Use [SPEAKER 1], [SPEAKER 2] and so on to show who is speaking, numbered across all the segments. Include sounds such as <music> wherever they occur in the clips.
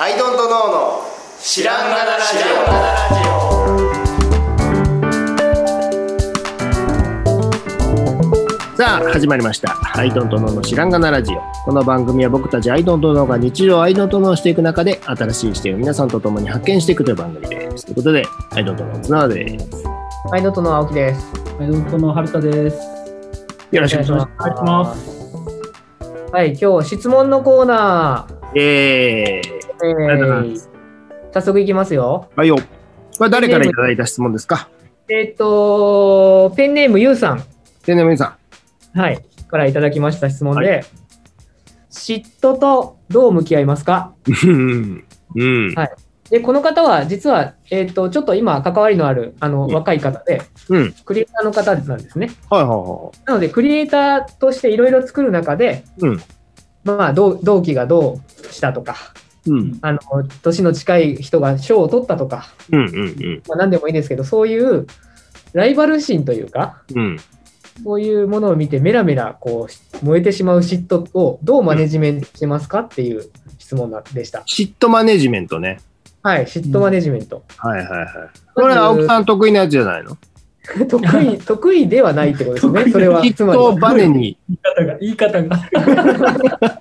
[SPEAKER 1] アイドントノーの知らんがなラジ
[SPEAKER 2] さあ始まりました「アイドントノーの知らんがなラジオ」この番組は僕たちアイドントノーが日常をアイドントノーしていく中で新しい視点を皆さんと共に発見していくという番組ですということでアイドントノーの綱田です
[SPEAKER 3] はい、ノットの青木です。
[SPEAKER 4] はい、どうもこのはるかです。
[SPEAKER 2] よろしくお願いし
[SPEAKER 3] お願
[SPEAKER 2] ま
[SPEAKER 3] い
[SPEAKER 4] お
[SPEAKER 2] す
[SPEAKER 3] し
[SPEAKER 4] 願いします。
[SPEAKER 3] ます。はい、今日質問のコーナ
[SPEAKER 2] イエーイ
[SPEAKER 3] ー。え
[SPEAKER 2] ありがとうございま
[SPEAKER 3] 早速いきますよ。
[SPEAKER 2] はいよこれは誰からいただいた質問ですか
[SPEAKER 3] えっ、と、ペンネームゆうさん、
[SPEAKER 2] 天然さ
[SPEAKER 3] はい、からいただきました質問で、
[SPEAKER 2] は
[SPEAKER 3] 嫉妬とどう向き合いますか
[SPEAKER 2] んうんうん
[SPEAKER 3] で、この方は実は、えっ、と、ちょっと今関わりのあるあの、
[SPEAKER 2] うん
[SPEAKER 3] 若い方で、
[SPEAKER 2] うん
[SPEAKER 3] クリエイターの方なんですね。
[SPEAKER 2] はいはいは
[SPEAKER 3] なので、クリエイターとしていろいろ作る中で、
[SPEAKER 2] いうん
[SPEAKER 3] まあ、同同期がどうしたとか、
[SPEAKER 2] うん
[SPEAKER 3] あの、年の近い人が賞を取ったとか、
[SPEAKER 2] うんうん
[SPEAKER 3] まあ、何でもいいんですけど、そういうライバル心というか、
[SPEAKER 2] うんうん
[SPEAKER 3] そういうものを見て、メラメラこう燃えてしまう嫉妬をどうマネジメントしてますかっていう質問なでした。
[SPEAKER 2] 嫉妬マネジメントね
[SPEAKER 3] はい、嫉妬マネジメント。
[SPEAKER 2] はいはいはいこれは青木さん得意なやつじゃないの
[SPEAKER 3] 得
[SPEAKER 2] <laughs>
[SPEAKER 3] 意得意ではないってことです
[SPEAKER 4] 得意
[SPEAKER 3] ね、
[SPEAKER 4] な
[SPEAKER 3] それは。
[SPEAKER 2] 嫉
[SPEAKER 3] つまり
[SPEAKER 2] 妬バネに
[SPEAKER 4] 言い方が、言い方が。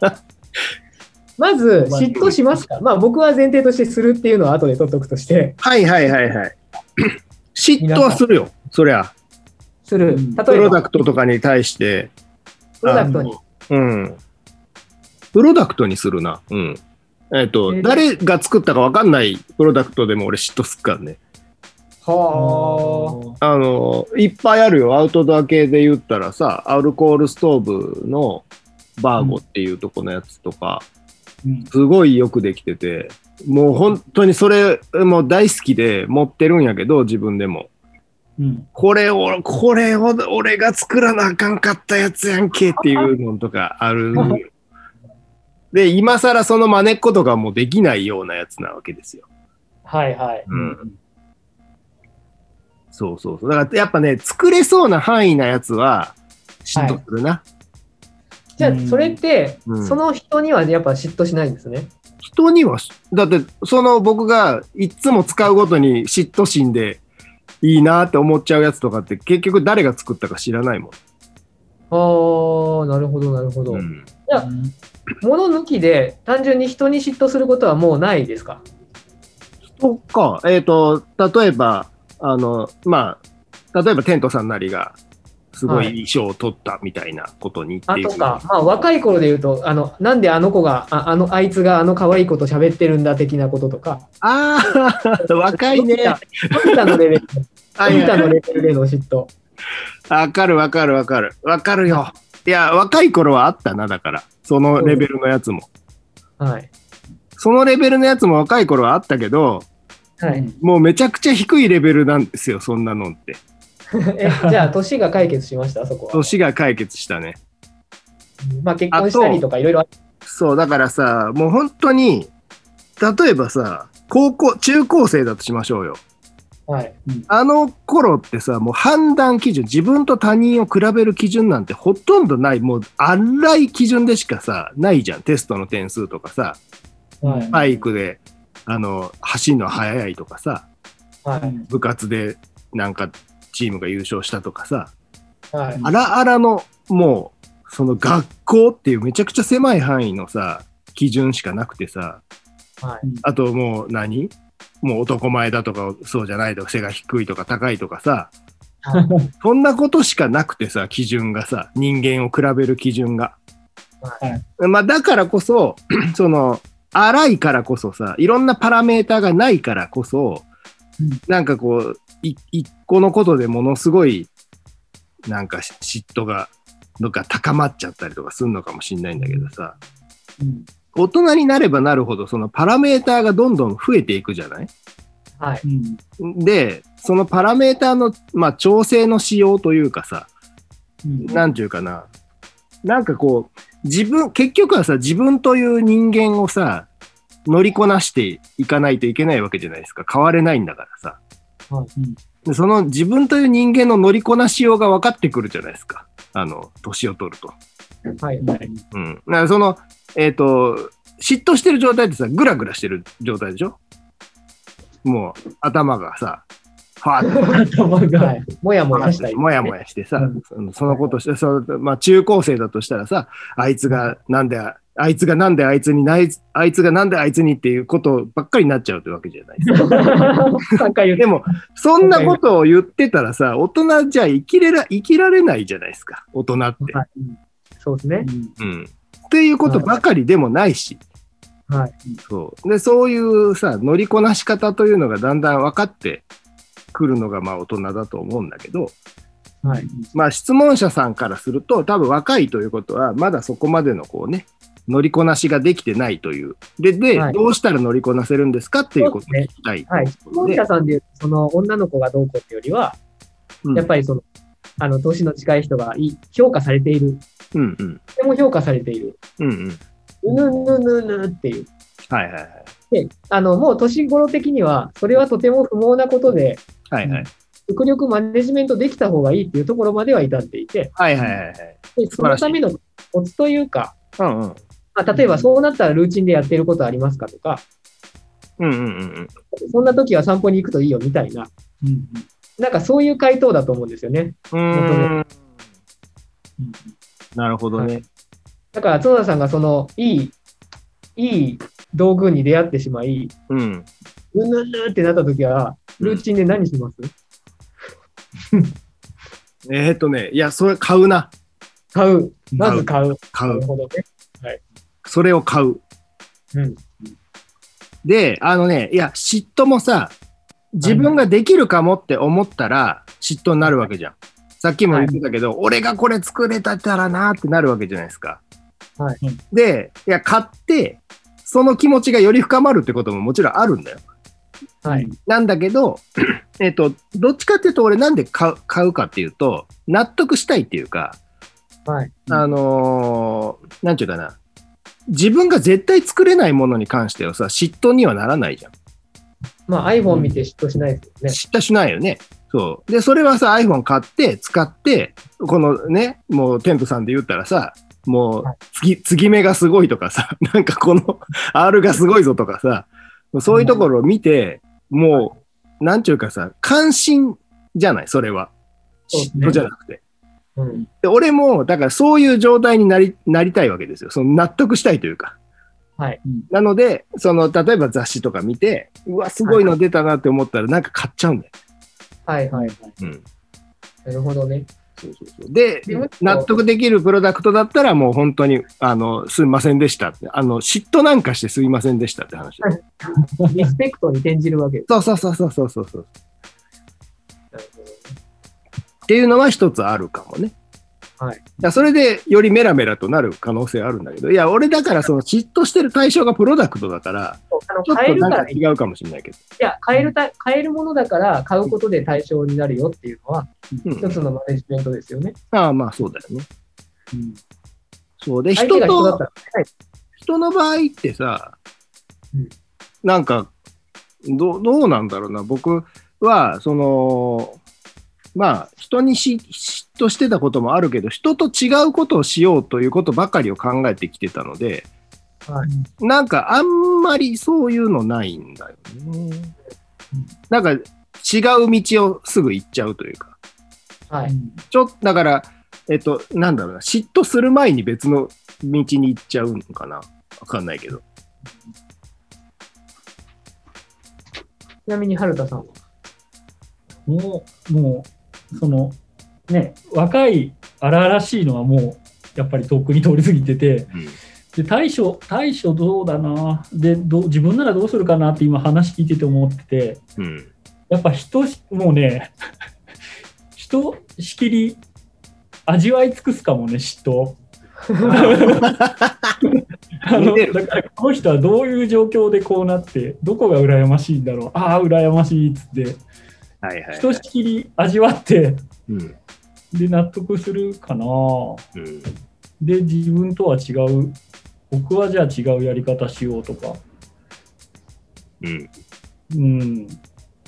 [SPEAKER 3] まず、嫉妬しますか、まあ、僕は前提としてするっていうのは後で取っとくとして、
[SPEAKER 2] はいはいはい
[SPEAKER 3] <coughs>
[SPEAKER 2] はい。嫉妬はするよ、そりゃ。
[SPEAKER 3] する
[SPEAKER 4] うん。
[SPEAKER 2] プ
[SPEAKER 3] 例え
[SPEAKER 2] ロ
[SPEAKER 3] ば、
[SPEAKER 2] ダクトとかに対して、
[SPEAKER 3] プロダクトに。
[SPEAKER 2] うん。プロダクトにするな。うん。えっ、と、
[SPEAKER 3] えー
[SPEAKER 2] 誰が作ったか分かんないプロダクトでも俺嫉妬すっからね。
[SPEAKER 3] は
[SPEAKER 2] あの、いっぱいあるよ。アウトドア系で言ったらさ、アルコールストーブのバーゴっていうとこのやつとか、
[SPEAKER 4] うん
[SPEAKER 2] すごいよくできてて、もう本当にそれもう大好きで持ってるんやけど、自分でも。
[SPEAKER 4] うん。
[SPEAKER 2] これを、これを俺が作らなあかんかったやつやんけっていうのとかある。 <laughs> で、今更その真似っことかもできないようなやつなわけですよ。
[SPEAKER 3] あ。はいはい。
[SPEAKER 2] うん。そうそうそう。だからやっぱね、作れそうな範囲なやつは嫉妬するな。
[SPEAKER 3] じゃ
[SPEAKER 4] う
[SPEAKER 3] あ、
[SPEAKER 4] ん
[SPEAKER 3] それって、
[SPEAKER 2] うん
[SPEAKER 3] その人にはやっぱ嫉妬しないんですね。
[SPEAKER 2] 人には、だってその僕がいつも使うごとに嫉妬心でいいなって思っちゃうやつとかって結局誰が作ったか知らないもん。
[SPEAKER 3] ああ、なるほど、なるほど。
[SPEAKER 2] ん
[SPEAKER 3] や物抜きで単純に人に嫉妬することはもうないですか
[SPEAKER 2] そっか、えっ、と、例えば、あの、まあ、例えばテントさんなりが、すごい衣装を取ったみたいなことにって
[SPEAKER 3] あ
[SPEAKER 2] いう。
[SPEAKER 3] とか、まあ、若い頃で言うとあのなんであの子がああのあいつがあの可愛い子と喋ってるんだ的なこととか
[SPEAKER 2] ああ、若いね。
[SPEAKER 3] 富田のレ
[SPEAKER 2] <laughs>
[SPEAKER 3] ベル
[SPEAKER 2] はい
[SPEAKER 3] 富田
[SPEAKER 2] はい
[SPEAKER 3] のレベルでの嫉妬
[SPEAKER 2] わかるわかるわかる。わかるよ。いや、若い頃はあったな、だから。そのレベルのやつも。
[SPEAKER 3] はい
[SPEAKER 2] そのレベルのやつも若い頃はあったけど、
[SPEAKER 3] はい、
[SPEAKER 2] もうめちゃくちゃ低いレベルなんですよ、そんなのって。
[SPEAKER 3] えじゃあ年が解決しましたそこは、
[SPEAKER 2] 年が解決したね。
[SPEAKER 3] まあ、結婚したりとかいろいろあ
[SPEAKER 2] そう、だからさ、もう本当に、例えばさ、高校、中高生だとしましょうよ。
[SPEAKER 3] はい
[SPEAKER 2] あの頃ってさ、もう判断基準、自分と他人を比べる基準なんてほとんどない、もう荒い基準でしかさ、ないじゃん。テストの点数とかさ、
[SPEAKER 3] はい
[SPEAKER 2] バイクで、あの、走るの速いとかさ、
[SPEAKER 3] はい
[SPEAKER 2] 部活でなんかチームが優勝したとかさ、
[SPEAKER 3] はい
[SPEAKER 2] 荒々の、もう、その学校っていうめちゃくちゃ狭い範囲のさ、基準しかなくてさ、
[SPEAKER 3] はい
[SPEAKER 2] あともう何もう男前だとか、そうじゃないとか、背が低いとか高いとかさ、そんなことしかなくてさ、基準がさ、人間を比べる基準が。
[SPEAKER 3] はい
[SPEAKER 2] まあ、だからこそ、 <clears throat> その、荒いからこそさ、いろんなパラメーターがないからこそ、
[SPEAKER 4] うん
[SPEAKER 2] なんかこう、い一個のことでものすごい、なんか嫉妬が、のが高まっちゃったりとかするのかもしれないんだけどさ、
[SPEAKER 4] うん
[SPEAKER 2] 大人になればなるほど、そのパラメーターがどんどん増えていくじゃない
[SPEAKER 3] はい
[SPEAKER 4] うん
[SPEAKER 2] で、そのパラメーターの、まあ、調整の仕様というかさ、
[SPEAKER 4] うん
[SPEAKER 2] なんていうかな、なんかこう、自分、結局はさ、自分という人間をさ、乗りこなしていかないといけないわけじゃないですか。変われないんだからさ。
[SPEAKER 4] うん
[SPEAKER 2] でその自分という人間の乗りこなしようが分かってくるじゃないですか。あの、年を取ると。
[SPEAKER 3] はい
[SPEAKER 2] うん。だからその、えっ、と、嫉妬してる状態ってさ、グラグラしてる状態でしょもう、頭がさ、ファーって
[SPEAKER 4] 頭
[SPEAKER 3] は
[SPEAKER 4] が。
[SPEAKER 3] い、もやもやしたり、
[SPEAKER 2] もやもやしてさ、
[SPEAKER 4] うん
[SPEAKER 2] そのそのことして、そのまあ、中高生だとしたらさ、あいつがなんで、あいつがなんであいつにない、あいつがなんであいつにっていうことばっかりになっちゃうってわけじゃない。
[SPEAKER 3] <laughs> 3回言って
[SPEAKER 2] でも、そんなことを言ってたらさ、大人じゃ生きれら、生きられないじゃないですか、大人って。
[SPEAKER 3] はいそうですね。
[SPEAKER 2] うん。っていうことばかりでもないし。
[SPEAKER 3] はい。
[SPEAKER 2] そう。で、そういうさ、乗りこなし方というのがだんだん分かってくるのが、まあ大人だと思うんだけど、
[SPEAKER 3] はい。
[SPEAKER 2] まあ質問者さんからすると、多分若いということは、まだそこまでのこうね、乗りこなしができてないという。で、で、
[SPEAKER 3] はい
[SPEAKER 2] どうしたら乗りこなせるんですかっていうことを聞きたいと
[SPEAKER 3] はい。
[SPEAKER 2] いう
[SPEAKER 3] 質
[SPEAKER 2] こと
[SPEAKER 3] 問
[SPEAKER 2] で。
[SPEAKER 3] 者さんで言うと、その女の子がどうこうってよりは、
[SPEAKER 2] うん
[SPEAKER 3] やっぱりその、あの、年の近い人がいい評価されている。
[SPEAKER 2] うんうん。
[SPEAKER 3] とても評価されている。
[SPEAKER 2] うんうん。
[SPEAKER 3] うぬぬぬぬっていう。
[SPEAKER 2] はいはいはい。
[SPEAKER 3] で、あの、もう年頃的には、それはとても不毛なことで、
[SPEAKER 2] はいはい。
[SPEAKER 3] 極力マネジメントできた方がいいっていうところまでは至っていて、
[SPEAKER 2] はいはいはいはい。
[SPEAKER 3] で
[SPEAKER 2] 素晴
[SPEAKER 3] そ
[SPEAKER 2] ら
[SPEAKER 3] の
[SPEAKER 2] しい
[SPEAKER 3] ためのコツというか、
[SPEAKER 2] うんうん。
[SPEAKER 3] まあ、例えばそうなったらルーチンでやってることありますかとか、
[SPEAKER 2] うんうんうんうん。
[SPEAKER 3] そんな時は散歩に行くといいよみたいな、なんかそういう回答だと思うんですよね。
[SPEAKER 2] うーん。なるほどね。
[SPEAKER 3] だから角田さんがそのいい、いい道具に出会ってしまい、
[SPEAKER 2] うん。
[SPEAKER 3] うぬぬってなった時は、ルーチンで何します、
[SPEAKER 2] えーっとね、いや、それ買うな。
[SPEAKER 3] 買う。まず買う。
[SPEAKER 2] 買
[SPEAKER 3] な
[SPEAKER 2] う
[SPEAKER 3] る。ほどね。
[SPEAKER 2] それを買う。
[SPEAKER 3] うん。
[SPEAKER 2] で、あのね、いや、嫉妬もさ、自分ができるかもって思ったら、嫉妬になるわけじゃん。さっきも言ってたけど、俺がこれ作れたたらなってなるわけじゃないですか。
[SPEAKER 3] はい。
[SPEAKER 2] で、いや、買って、その気持ちがより深まるってことももちろんあるんだよ。
[SPEAKER 3] はい。
[SPEAKER 2] なんだけど、えっと、どっちかっていうと、俺なんで買う買うかっていうと、納得したいっていうか、
[SPEAKER 3] はい。
[SPEAKER 2] あのーなんていうかな、自分が絶対作れないものに関してはさ、嫉妬にはならないじゃん。
[SPEAKER 3] まあ iPhone 見て嫉妬しないですよね。
[SPEAKER 2] 嫉妬しないよね。そう。で、それはさ、iPhone 買って、使って、このね、もうテントさんで言ったらさ、もう
[SPEAKER 3] はい、
[SPEAKER 2] 継ぎ、継ぎ目がすごいとかさ、 <laughs> なんかこの R がすごいぞとかさ、そういうところを見て、もう、なんていうかさ、関心じゃない、それは。
[SPEAKER 3] そうです
[SPEAKER 2] 嫉
[SPEAKER 3] ね
[SPEAKER 2] 妬じゃなくて。
[SPEAKER 3] うん。
[SPEAKER 2] で俺も、だからそういう状態になり、なりたいわけですよ。その納得したいというか。
[SPEAKER 3] はい。
[SPEAKER 2] なので、その、例えば雑誌とか見て、うわ、すごいの出たなって思ったら、なんか買っちゃうんだよ。
[SPEAKER 3] はいはい。
[SPEAKER 2] うん。
[SPEAKER 3] なるほどね。
[SPEAKER 2] そうそうそうで
[SPEAKER 3] でも、
[SPEAKER 2] 納得できるプロダクトだったら、もう本当に、あの、すいませんでしたって、あの、嫉妬なんかしてすいませんでしたって話。
[SPEAKER 3] はいリスペクトに転じるわけです。
[SPEAKER 2] そうそうそうそうそうそうそう。
[SPEAKER 3] なるほどね
[SPEAKER 2] っていうのは一つあるかもね。
[SPEAKER 3] はい
[SPEAKER 2] だからそれで、よりメラメラとなる可能性あるんだけど、いや、俺だから、その、嫉妬してる対象がプロダクトだから、
[SPEAKER 3] そうあの
[SPEAKER 2] ちょっ
[SPEAKER 3] 買え
[SPEAKER 2] と
[SPEAKER 3] る
[SPEAKER 2] な
[SPEAKER 3] か
[SPEAKER 2] ん
[SPEAKER 3] ら
[SPEAKER 2] か
[SPEAKER 3] いい。い
[SPEAKER 2] 違うかもしれないけど。
[SPEAKER 3] や、買えるた、買えるものだから買うことで対象になるよっていうのは、
[SPEAKER 2] うん
[SPEAKER 3] 一つのマネジメントですよね。
[SPEAKER 2] ああ、まあ、そうだよね。そうで、
[SPEAKER 3] 相
[SPEAKER 2] 人
[SPEAKER 3] 手が人だった
[SPEAKER 2] と、
[SPEAKER 3] ら。
[SPEAKER 2] 人の場合ってさ
[SPEAKER 3] うん、
[SPEAKER 2] なんか、どうどうなんだろうな、僕は、その、まあ、人にし嫉妬してたこともあるけど、人と違うことをしようということばかりを考えてきてたので、
[SPEAKER 3] はい
[SPEAKER 2] なんかあんまりそういうのないんだよね。なんか違う道をすぐ行っちゃうというか、
[SPEAKER 3] はい。
[SPEAKER 2] ちょっとだから、えっと、なんだろうな、嫉妬する前に別の道に行っちゃうのかな、わかんないけど。
[SPEAKER 3] ちなみに、春田さんは。
[SPEAKER 4] もう、もう、その、ね、若い荒々しいのはもう、やっぱりとっくに通り過ぎてて、で、対処、対処どうだな、で、どう自分ならどうするかなって今話聞いてて思ってて、
[SPEAKER 2] うん。
[SPEAKER 4] やっぱ人し、もうね、 <laughs> 人しきり味わい尽くすかもね、嫉
[SPEAKER 2] <laughs>
[SPEAKER 4] 妬。あ
[SPEAKER 2] 似
[SPEAKER 4] の
[SPEAKER 2] てる
[SPEAKER 4] だからこの人はどういう状況でこうなってどこが羨ましいんだろうああ羨ましいっつって
[SPEAKER 2] はいはい、
[SPEAKER 4] 人しきり味わって
[SPEAKER 2] うん。
[SPEAKER 4] で納得するかな
[SPEAKER 2] うん。
[SPEAKER 4] で自分とは違う僕はじゃあ違うやり方しようとか
[SPEAKER 2] うん。
[SPEAKER 4] うん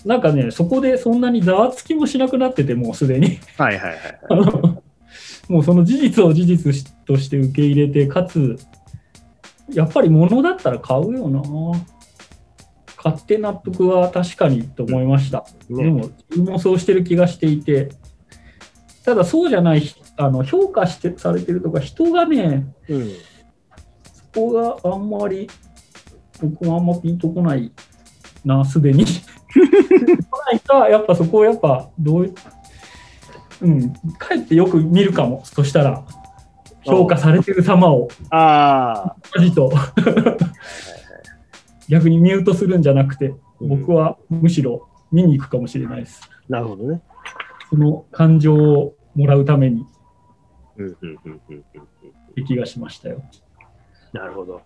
[SPEAKER 4] なんかねそこでそんなにざわつきもしなくなっててもうすでに
[SPEAKER 2] はいはいはい。
[SPEAKER 4] あ <laughs> のもうその事実を事実として受け入れてかつやっぱり物だったら買うよな。買って納得は確かにと思いました。
[SPEAKER 2] ね
[SPEAKER 4] でも、自分もそうしてる気がしていて、ただそうじゃない、あの評価してされてるとか、人がね、
[SPEAKER 2] うん。
[SPEAKER 4] そこがあんまり、僕はあんまピンとこないな、すでに。来ないか、やっぱそこをやっぱ、どううん、かえってよく見るかも、そしたら、評価されてる様を、
[SPEAKER 2] ああ。
[SPEAKER 4] マジと。逆にミュートするんじゃなくて、僕はむしろ見に行くかもしれないです。
[SPEAKER 2] なるほどね。
[SPEAKER 4] その感情をもらうために
[SPEAKER 2] うんうんうんうんうんうん。
[SPEAKER 4] って気がしましたよ。
[SPEAKER 2] なるほど。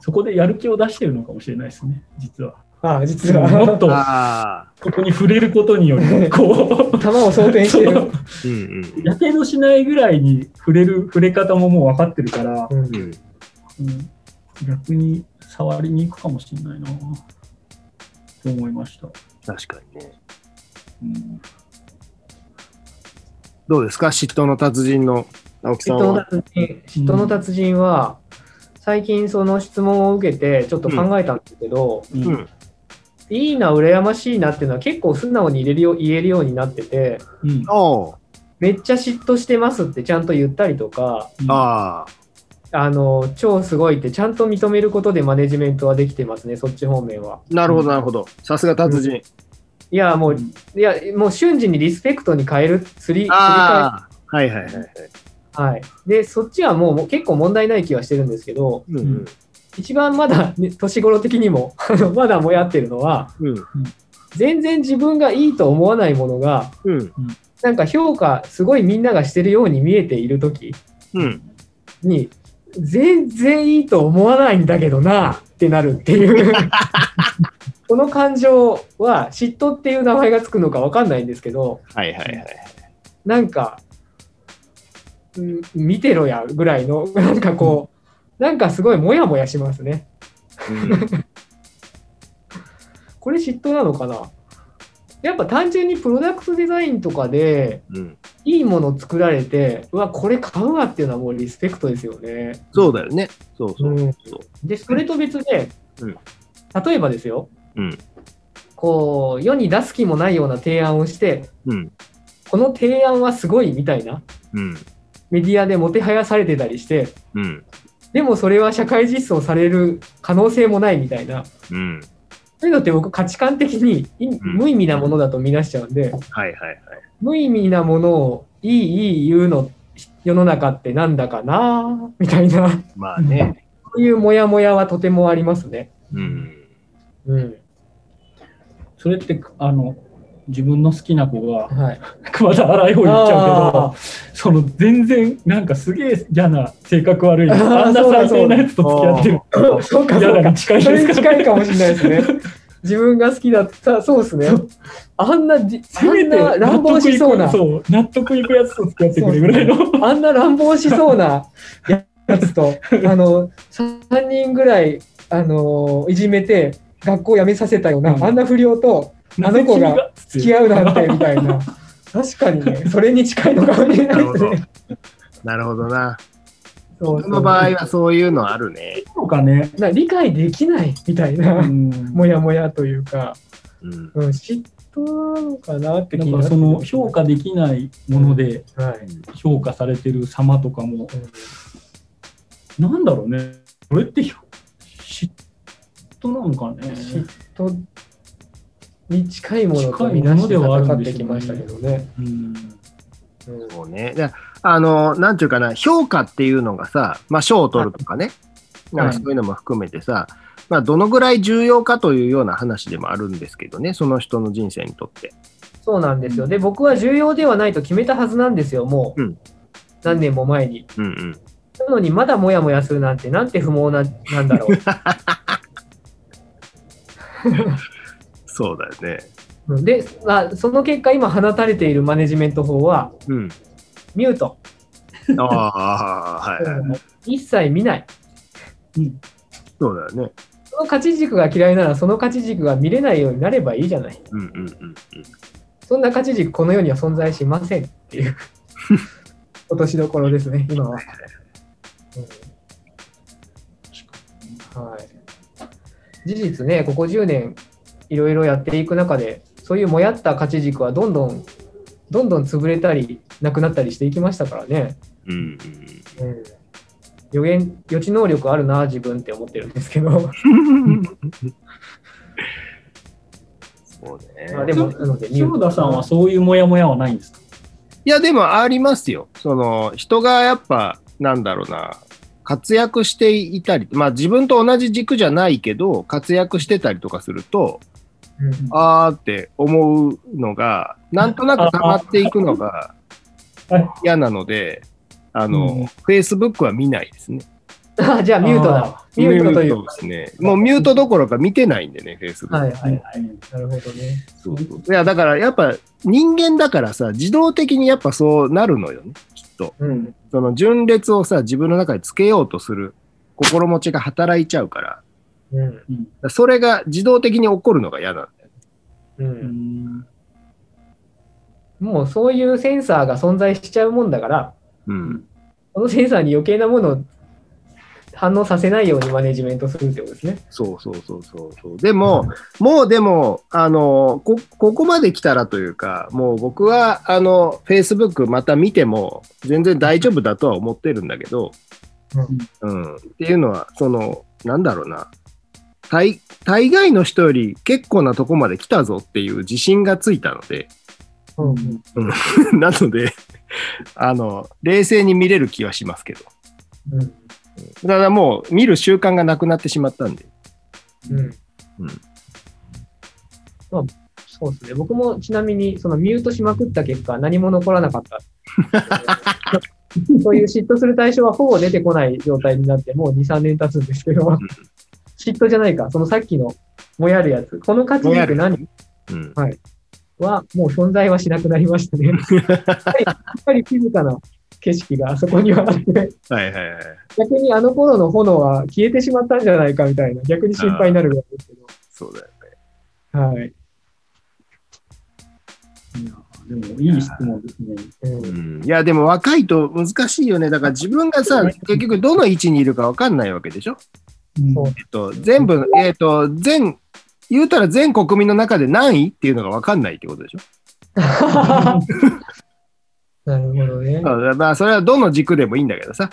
[SPEAKER 4] そこでやる気を出してるのかもしれないですね、実は。
[SPEAKER 3] ああ、実は、
[SPEAKER 4] もっと
[SPEAKER 2] ああ。
[SPEAKER 4] ここに触れることにより、こ
[SPEAKER 3] <laughs>
[SPEAKER 4] う、
[SPEAKER 3] 球を装填してる。
[SPEAKER 2] うんうん
[SPEAKER 4] やけどしないぐらいに触れる、触れ方ももう分かってるから、
[SPEAKER 3] うん
[SPEAKER 2] うん。
[SPEAKER 4] うん、逆に触りに行くかもしれないなと思いました。
[SPEAKER 2] 確かにね。
[SPEAKER 4] うん、
[SPEAKER 2] どうですか嫉妬の達人の青木さ
[SPEAKER 3] 嫉
[SPEAKER 2] ん
[SPEAKER 3] 妬の
[SPEAKER 2] は。
[SPEAKER 3] 達人嫉妬の達人は、最近その質問を受けてちょっと考えたんですけど、
[SPEAKER 4] う
[SPEAKER 2] うんん。
[SPEAKER 3] いいな、羨ましいなっていうのは結構素直に入れるよ言えるようになってて、
[SPEAKER 4] うん
[SPEAKER 2] おう
[SPEAKER 3] めっちゃ嫉妬してますってちゃんと言ったりとか、
[SPEAKER 2] ああ。
[SPEAKER 3] あの、超すごいってちゃんと認めることでマネジメントはできてますね、そっち方面は。
[SPEAKER 2] なるほど、なるほど。さすが達人。
[SPEAKER 3] いや、もう、
[SPEAKER 4] うん
[SPEAKER 3] いや、もう瞬時にリスペクトに変える、すり、すり替
[SPEAKER 2] ああ。はいはいはいはい。
[SPEAKER 3] え。はい。で、そっちはもう結構問題ない気はしてるんですけど、
[SPEAKER 2] うんうん。
[SPEAKER 3] 一番まだ、ね、年頃的にも、あのまだもやってるのは、
[SPEAKER 2] うん。
[SPEAKER 3] 全然自分がいいと思わないものが、
[SPEAKER 2] うん。
[SPEAKER 3] なんか評価、すごいみんながしてるように見えているとき
[SPEAKER 2] うん。
[SPEAKER 3] に、全然いいと思わないんだけどなってなるっていう。この感情は嫉妬っていう名前がつくのかわかんないんですけど、
[SPEAKER 2] はいはいはい。
[SPEAKER 3] なんか、うん見てろやぐらいの、なんかこう、なんかすごいモヤモヤしますね。これ嫉妬なのかなやっぱ単純にプロダクトデザインとかで
[SPEAKER 2] うん。
[SPEAKER 3] いいもの作られて、うわ、これ買うわっていうのはもうリスペクトですよね。
[SPEAKER 2] <laughs> そうだよね。そうそう
[SPEAKER 3] うん
[SPEAKER 2] そう。
[SPEAKER 3] で、それと別で、
[SPEAKER 2] うん
[SPEAKER 3] 例えばですよ、
[SPEAKER 2] うん
[SPEAKER 3] こう、世に出す気もないような提案をして、
[SPEAKER 2] うん。
[SPEAKER 3] この提案はすごいみたいな、
[SPEAKER 2] うん。
[SPEAKER 3] メディアでもてはやされてたりして、
[SPEAKER 2] うん。
[SPEAKER 3] でもそれは社会実装される可能性もないみたいな、
[SPEAKER 2] うん。
[SPEAKER 3] そういうのって僕価値観的にい
[SPEAKER 2] ん
[SPEAKER 3] 無意味なものだと見なしちゃうんで、
[SPEAKER 2] はいはいはい。
[SPEAKER 3] 無意味なものをいいいい言うの世の中ってなんだかなみたいな、そ
[SPEAKER 2] まあね。
[SPEAKER 3] ういうモヤモヤはとてもありますね。
[SPEAKER 2] うん。
[SPEAKER 3] うん。
[SPEAKER 4] それってあの自分の好きな子が <laughs>
[SPEAKER 3] はい。
[SPEAKER 4] また荒い方言っちゃうけ
[SPEAKER 3] あ
[SPEAKER 4] どその全然なんかすげえ嫌な性格悪い
[SPEAKER 3] あー
[SPEAKER 4] あんな最低なやつと付き合ってる
[SPEAKER 3] ー <laughs> そうか、
[SPEAKER 4] 嫌
[SPEAKER 3] そう
[SPEAKER 4] な
[SPEAKER 3] か
[SPEAKER 4] に。近い
[SPEAKER 3] それ
[SPEAKER 4] で
[SPEAKER 3] に
[SPEAKER 4] すから
[SPEAKER 3] 近いかもしれない
[SPEAKER 4] <laughs>
[SPEAKER 3] ですね。自分が好きだった、そうですね。あんなじ、あ
[SPEAKER 4] せめ
[SPEAKER 3] ん
[SPEAKER 4] て
[SPEAKER 3] な
[SPEAKER 4] 納
[SPEAKER 3] 乱暴
[SPEAKER 4] 得
[SPEAKER 3] し
[SPEAKER 4] い
[SPEAKER 3] そうな
[SPEAKER 4] く、そう納得いくやつと付き合ってくれぐらいの <laughs>
[SPEAKER 3] あんな乱暴しそうなやつと、あの、3人ぐらい、あの、いじめて、学校辞めさせたような、
[SPEAKER 4] うん
[SPEAKER 3] あんな不良とあの子が付き
[SPEAKER 4] 合
[SPEAKER 3] 合うなんて、みた
[SPEAKER 4] <laughs>
[SPEAKER 3] いな。確かにね、それに近いのかもしれないですね。
[SPEAKER 2] なるほどな。
[SPEAKER 3] そう
[SPEAKER 2] 僕の場合は
[SPEAKER 3] は
[SPEAKER 2] そういうのあるね。
[SPEAKER 4] うのかね
[SPEAKER 3] な理解できないみたいな、
[SPEAKER 4] も
[SPEAKER 3] もやもやというか、
[SPEAKER 2] うん。
[SPEAKER 3] うん、嫉妬なのかなって
[SPEAKER 4] な
[SPEAKER 3] 気
[SPEAKER 4] ん
[SPEAKER 3] が
[SPEAKER 4] かその評価できないもので
[SPEAKER 3] はい。
[SPEAKER 4] 評価されてる様とかもなんだろうねこれってひょ嫉妬なのかね
[SPEAKER 3] 嫉妬に近いものと
[SPEAKER 4] 近い
[SPEAKER 3] 見
[SPEAKER 4] も
[SPEAKER 3] なし
[SPEAKER 4] の
[SPEAKER 3] て
[SPEAKER 4] ではある
[SPEAKER 3] 戦
[SPEAKER 4] ん
[SPEAKER 3] っ
[SPEAKER 4] で
[SPEAKER 3] て
[SPEAKER 4] し
[SPEAKER 3] き
[SPEAKER 4] ょうね
[SPEAKER 3] ましたけどね。
[SPEAKER 4] うん
[SPEAKER 3] うん
[SPEAKER 2] そうね。であの、なんていうかな、評価っていうのがさ、まあ、賞を取るとかね、なんかそういうのも含めてさ、まあ、どのぐらい重要かというような話でもあるんですけどね、その人の人生にとって。
[SPEAKER 3] そうなんですよ。で、僕は重要ではないと決めたはずなんですよ、もう。
[SPEAKER 2] うん
[SPEAKER 3] 何年も前に。
[SPEAKER 2] うんうん。
[SPEAKER 3] なのに、まだモヤモヤするなんて、なんて不毛な、なんだろ
[SPEAKER 2] <laughs> そうだよね。
[SPEAKER 3] ううん。で、まあ、その結果、今放たれているマネジメント法は、
[SPEAKER 2] うん。
[SPEAKER 3] ミュート。
[SPEAKER 2] ああ、はいはい。
[SPEAKER 3] 一切見ない。
[SPEAKER 2] そうだよね。
[SPEAKER 3] その価値軸が嫌いなら、その価値軸が見れないようになればいいじゃない。
[SPEAKER 2] うんうんうんうん。
[SPEAKER 3] そんな価値軸、この世には存在しませんって <laughs> いう落としどころですね、今は。はい、事実ね、ここ10年、いろいろやっていく中で、そういうもやった価値軸はどんどん、どんどん潰れたり、なくなったりしていきましたからね。
[SPEAKER 2] うんうん
[SPEAKER 3] うん、予言、予知能力あるな、自分って思ってるんですけど、
[SPEAKER 2] そう
[SPEAKER 3] <laughs> まあ
[SPEAKER 2] ね。
[SPEAKER 3] でも、なので、
[SPEAKER 4] 塩田さんはそういうモヤモヤはないんですか
[SPEAKER 2] いや、でもありますよ。その、人がやっぱ、なんだろうな、活躍していたり、まあ自分と同じ軸じゃないけど、活躍してたりとかすると、
[SPEAKER 3] うん
[SPEAKER 2] あーって思うのが、なんとなく溜まっていくのが
[SPEAKER 4] はい
[SPEAKER 2] 嫌なので、あ
[SPEAKER 4] うん
[SPEAKER 2] の、Facebook は見ないですね。
[SPEAKER 3] あじゃあ、ミュート
[SPEAKER 4] あ
[SPEAKER 3] だ。ミュートという。
[SPEAKER 2] ですね。もうミュートどころか見てないんでね、Facebook。
[SPEAKER 3] はいはいはい。
[SPEAKER 4] はい。
[SPEAKER 3] なるほどね。
[SPEAKER 2] そうそういや、だからやっぱ人間だからさ、自動的にやっぱそうなるのよね、きっと。
[SPEAKER 3] うん。
[SPEAKER 2] その順列をさ、自分の中につけようとする心持ちが働いちゃうから、
[SPEAKER 3] うん。
[SPEAKER 2] それが自動的に起こるのが嫌なんだよね。
[SPEAKER 3] う。
[SPEAKER 4] うんん
[SPEAKER 3] もうそういうセンサーが存在しちゃうもんだから、
[SPEAKER 2] うん。
[SPEAKER 3] このセンサーに余計なものを反応させないようにマネジメントするってことですね。
[SPEAKER 2] そうそうそうそうそう。でも、もうでも、あの、こ、ここまで来たらというか、もう僕は、あの、Facebook また見ても、全然大丈夫だとは思ってるんだけど、うん。っていうのは、その、なんだろうな。大、大概の人より結構なとこまで来たぞっていう自信がついたので、 <laughs>
[SPEAKER 3] うん
[SPEAKER 2] なので、あの、冷静に見れる気はしますけど。
[SPEAKER 3] うん。
[SPEAKER 2] ただもう見る習慣がなくなってしまったんで。
[SPEAKER 3] うん。
[SPEAKER 2] うん
[SPEAKER 3] まあ、そうですね。僕もちなみに、そのミュートしまくった結果、何も残らなか <laughs> った。そういう嫉妬する対象はほぼ出てこない状態になって、もう2、3年経つんですけど、嫉妬じゃないか、そのさっきのもやるやつ、この価値軸何
[SPEAKER 2] うん。
[SPEAKER 3] はもう存在はしなくなりましたね。やっぱりやっぱり静かな景色があそこにはあって、
[SPEAKER 2] はいはいはい。
[SPEAKER 3] 逆にあの頃の炎は消えてしまったんじゃないかみたいな、逆に心配になるぐらいですけど。
[SPEAKER 2] そうだよね。
[SPEAKER 3] はい。
[SPEAKER 4] いやでもいい質問ですね。
[SPEAKER 3] うん
[SPEAKER 2] いや、でも若いと難しいよね。だから自分がさ、結局どの位置にいるか分かんないわけでしょ
[SPEAKER 4] うん
[SPEAKER 3] そう
[SPEAKER 2] えっと、全部、えっと、全、言うたら全国民の中で何位っていうのが分かんないってことでしょ
[SPEAKER 4] <laughs>
[SPEAKER 3] なるほどね。
[SPEAKER 2] まあまあ、それはどの軸でもいいんだけどさ。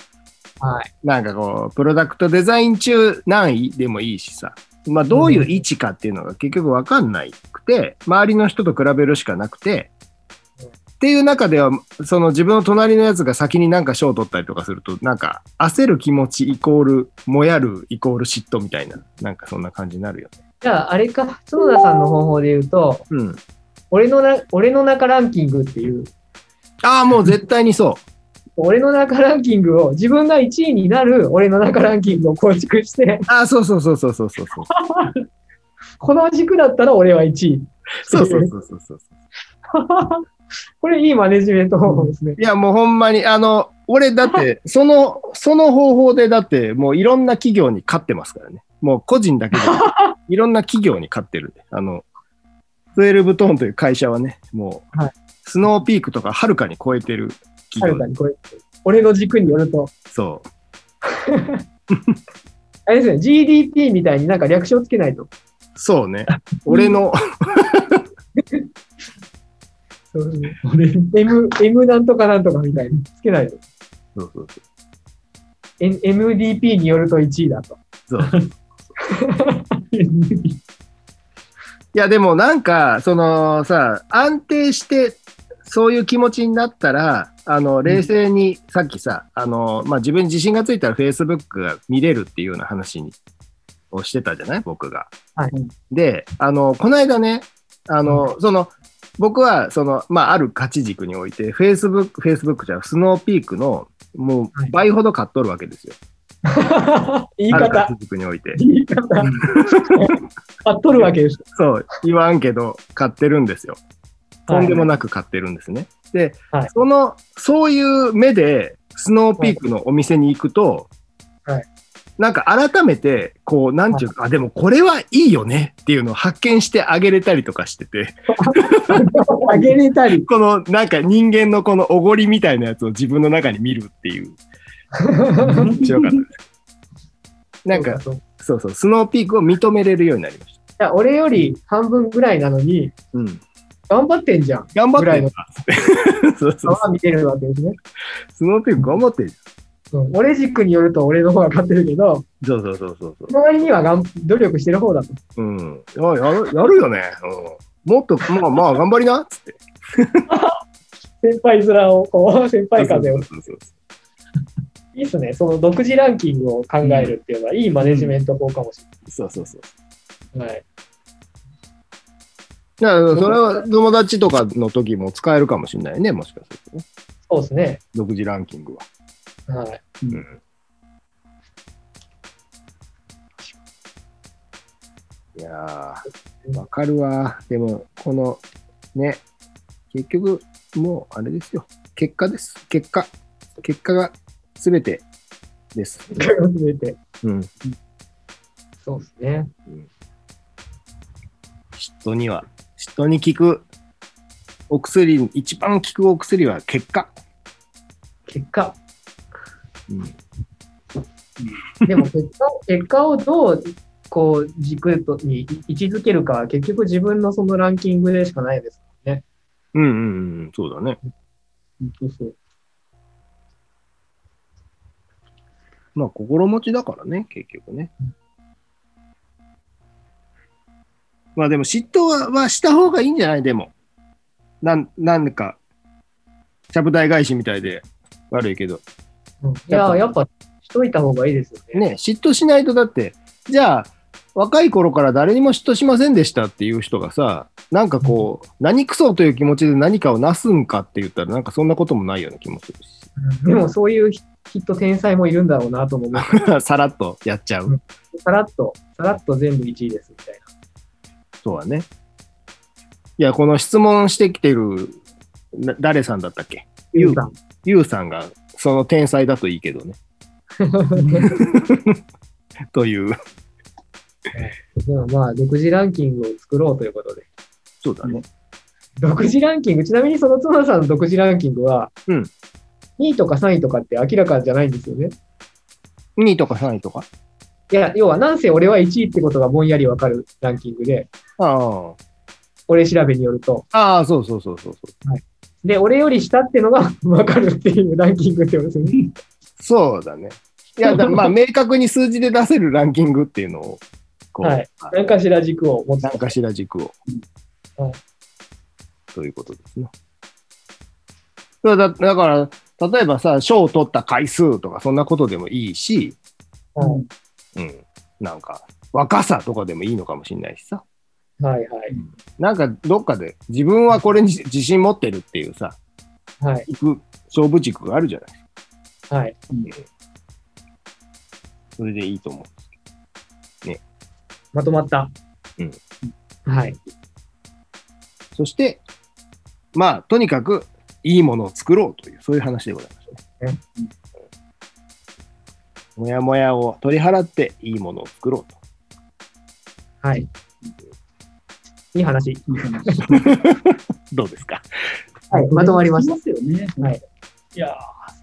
[SPEAKER 3] はい。
[SPEAKER 2] なんかこう、プロダクトデザイン中何位でもいいしさ。まあ、どういう位置かっていうのが結局分かんないくて、周りの人と比べるしかなくて、っていう中では、その自分の隣のやつが先になんか賞を取ったりとかすると、なんか焦る気持ちイコール、もやるイコール嫉妬みたいな、なんかそんな感じになるよね。
[SPEAKER 3] じゃあ、あれか、角田さんの方法で言うと、
[SPEAKER 2] うん。
[SPEAKER 3] 俺のな俺の中ランキングっていう、
[SPEAKER 2] ああ、もう絶対にそ
[SPEAKER 3] 俺の中ランキングを、自分が1位になる俺の中ランキングを構築して、
[SPEAKER 2] う。ああ、そうそうそうそうそうそうそう。
[SPEAKER 3] この軸だったら俺は1位。
[SPEAKER 2] そうそうそうそうそう。
[SPEAKER 3] これいいマネジメント方法ですね。
[SPEAKER 2] いや、もうほんまに、あの、俺だ
[SPEAKER 3] <laughs>
[SPEAKER 2] って、その、その方法でだって、もういろんな企業に勝ってますからね。もう個人だけじゃ
[SPEAKER 3] <laughs>
[SPEAKER 2] なくていろんな企業に勝ってるんで。あの、12トーンという会社はね、もう、
[SPEAKER 3] はい
[SPEAKER 2] スノーピークとかはるかに超えてる
[SPEAKER 3] は
[SPEAKER 2] 企業
[SPEAKER 3] るか
[SPEAKER 2] で
[SPEAKER 3] にこれ、俺の軸によると、
[SPEAKER 2] そう。
[SPEAKER 3] あれですね、GDP みたいになんか略称つけないと。
[SPEAKER 2] そうね。俺
[SPEAKER 3] <laughs>
[SPEAKER 2] の、
[SPEAKER 3] そうですね
[SPEAKER 4] 俺
[SPEAKER 3] M、M なんとかなんとかみたいにつけないと。
[SPEAKER 2] そうそう
[SPEAKER 3] N- MDP によると1位だと。 <laughs>
[SPEAKER 2] そうそう。いや、でもなんか、そのさ、安定して、そういう気持ちになったら、あの、冷静に、さっきさ、あの、まあ、自分に自信がついたら Facebook が見れるっていうような話に、をしてたじゃない僕が。
[SPEAKER 3] はい
[SPEAKER 2] で、あの、この間ね、あの、その、僕は、その、まあ、ある価値軸において、Facebook、Facebook じゃないスノーピークの、も
[SPEAKER 3] は
[SPEAKER 2] う
[SPEAKER 3] い
[SPEAKER 2] 倍ほど買っとるわけですよ。
[SPEAKER 3] 言い
[SPEAKER 2] ある価
[SPEAKER 3] 方、
[SPEAKER 2] 値軸において。
[SPEAKER 3] 言い方。買っとるわけです。
[SPEAKER 2] そう、言わんけど、買ってるんですよ。とんでもなく買ってるんですね。で、
[SPEAKER 3] はい
[SPEAKER 2] その、そういう目で、スノーピークのお店に行くと、
[SPEAKER 3] はい
[SPEAKER 2] なんか改めて、こう、なんていうか、あ、でもこれはいいよねっていうのを発見してあげれたりとかしてて、 <laughs>
[SPEAKER 3] はいあげれたり。
[SPEAKER 2] この、なんか人間のこのおごりみたいなやつを自分の
[SPEAKER 3] <laughs>
[SPEAKER 2] 中に見るっていう、面白かったです。なんか、
[SPEAKER 3] そう
[SPEAKER 2] そうそう、スノーピークを認めれるようになりました。
[SPEAKER 3] いや俺より半分ぐらいなのに、
[SPEAKER 2] うん。
[SPEAKER 3] 頑張ってんじゃん。
[SPEAKER 2] 頑張っ
[SPEAKER 3] ぐら
[SPEAKER 2] て
[SPEAKER 3] い
[SPEAKER 2] る
[SPEAKER 3] の
[SPEAKER 2] か。 <laughs> そうそうそう
[SPEAKER 3] 顔。が見てるわけですね。
[SPEAKER 2] スノーピーク頑張ってる。
[SPEAKER 3] うん、俺軸によると俺の方が勝ってるけど、
[SPEAKER 2] そうそうそうそうそ
[SPEAKER 3] その割にはがん努力してる方だと。
[SPEAKER 2] う。うん。あやるやるよね。うん。もっと、まあまあ、頑張りなっつって。
[SPEAKER 3] 先輩面を、こ <laughs> う、先輩風を。
[SPEAKER 2] そうそうそう
[SPEAKER 3] いいっすね。その独自ランキングを考えるっていうのは、いいマネジメント法かもし
[SPEAKER 2] そうそうそう。
[SPEAKER 3] れない。はい。
[SPEAKER 2] だからそれは友達とかの時も使えるかもしれないね、もしかするとね。
[SPEAKER 3] そうですね。
[SPEAKER 2] 独自ランキングは。
[SPEAKER 3] はい。 <laughs>
[SPEAKER 2] うん。いやー、わかるわ。でも、この、ね、結局、もうあれですよ。結果です。結果。結果が全てです。
[SPEAKER 3] 続いて。
[SPEAKER 2] うん。
[SPEAKER 3] そうですね。
[SPEAKER 2] 人には、人に効くお薬、一番効くお薬は結果。
[SPEAKER 3] 結果。
[SPEAKER 2] うん。
[SPEAKER 3] で <laughs> も結果を、結果をどう、こう、軸とに位置づけるかは、結局自分のそのランキングでしかないですもんね。
[SPEAKER 2] うんうんうん、そうだね。
[SPEAKER 4] そう
[SPEAKER 3] <laughs>
[SPEAKER 4] そう。
[SPEAKER 2] まあ、心持ちだからね、結局ね。まあ、でも、嫉妬ははした方がいいんじゃないでも。なん、なんか、ちゃぶ台返しみたいで悪いけど。
[SPEAKER 3] うん、いや、やっぱ、しといた方がいいですよね。
[SPEAKER 2] ね、嫉妬しないと、だって、じゃあ、若い頃から誰にも嫉妬しませんでしたっていう人がさ、なんかこう、何クソという気持ちで何かをなすんかって言ったら、なんかそんなこともないような気もするし。 <laughs>
[SPEAKER 3] うん <laughs> でも、そういうききっと天才もいるんだろうなと <laughs> 思う。
[SPEAKER 2] さらっとやっちゃう。
[SPEAKER 3] さらっと、さらっと全部1位ですみたいな。
[SPEAKER 2] そうだね。いや、この質問してきてる、な誰さんだったっけゆう
[SPEAKER 3] さん。
[SPEAKER 2] ゆうさんが、その天才だといいけどね。という。
[SPEAKER 3] でもまあ、独自ランキングを作ろうということで。
[SPEAKER 2] そうだね。
[SPEAKER 3] 独自ランキング、ちなみにその妻さんの独自ランキングは、
[SPEAKER 2] うん
[SPEAKER 3] 2位とか3位とかって明らかじゃないんですよね。
[SPEAKER 2] 2位とか3位とか。
[SPEAKER 3] いや、要は、なんせ俺は1位ってことがぼんやりわかるランキングで、
[SPEAKER 2] ああ。
[SPEAKER 3] 俺調べによると。
[SPEAKER 2] ああ、そうそうそうそうそう。
[SPEAKER 3] で、俺より下ってのが <laughs> わかるっていうランキングってことですよね。
[SPEAKER 2] そうだね。いや、だ
[SPEAKER 3] <laughs>
[SPEAKER 2] まあ、明確に数字で出せるランキングっていうのを、こう、
[SPEAKER 3] はいなんかしら軸を持つ
[SPEAKER 2] な。んかしら軸を。
[SPEAKER 3] はい
[SPEAKER 2] ということですね。だだだから、例えばさ、賞を取った回数とか、そんなことでもいいし、
[SPEAKER 3] は
[SPEAKER 2] うん、なんか、若さとかでもいいのかもしれないしさ、
[SPEAKER 3] い、はい、はい。
[SPEAKER 2] なんかどっかで自分はこれに自信持ってるっていうさ、
[SPEAKER 3] はい、
[SPEAKER 2] 行く勝負軸があるじゃない。
[SPEAKER 3] はい。
[SPEAKER 2] それでいいと思う。
[SPEAKER 3] まとまった。
[SPEAKER 2] うん
[SPEAKER 3] はい。
[SPEAKER 2] そして、まあ、とにかくいいものを作ろうという、そういう話でございましたね。もやもやを取り払っていいものを作ろうと。
[SPEAKER 3] はい。いい話。
[SPEAKER 2] どうですか
[SPEAKER 3] はい、まとまりました。
[SPEAKER 4] すよね。
[SPEAKER 3] はい。
[SPEAKER 4] いやー、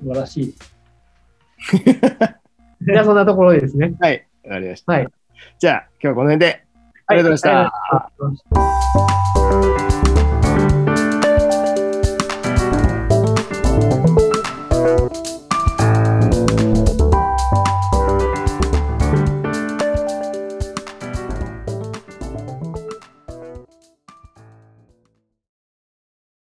[SPEAKER 4] 素晴らしい。
[SPEAKER 3] じゃあ、そんなところでですね。
[SPEAKER 2] はい、わかりました。
[SPEAKER 3] はい
[SPEAKER 2] じゃあ、今日はこの辺で、ありがとうございました。
[SPEAKER 3] はいありがとうございました。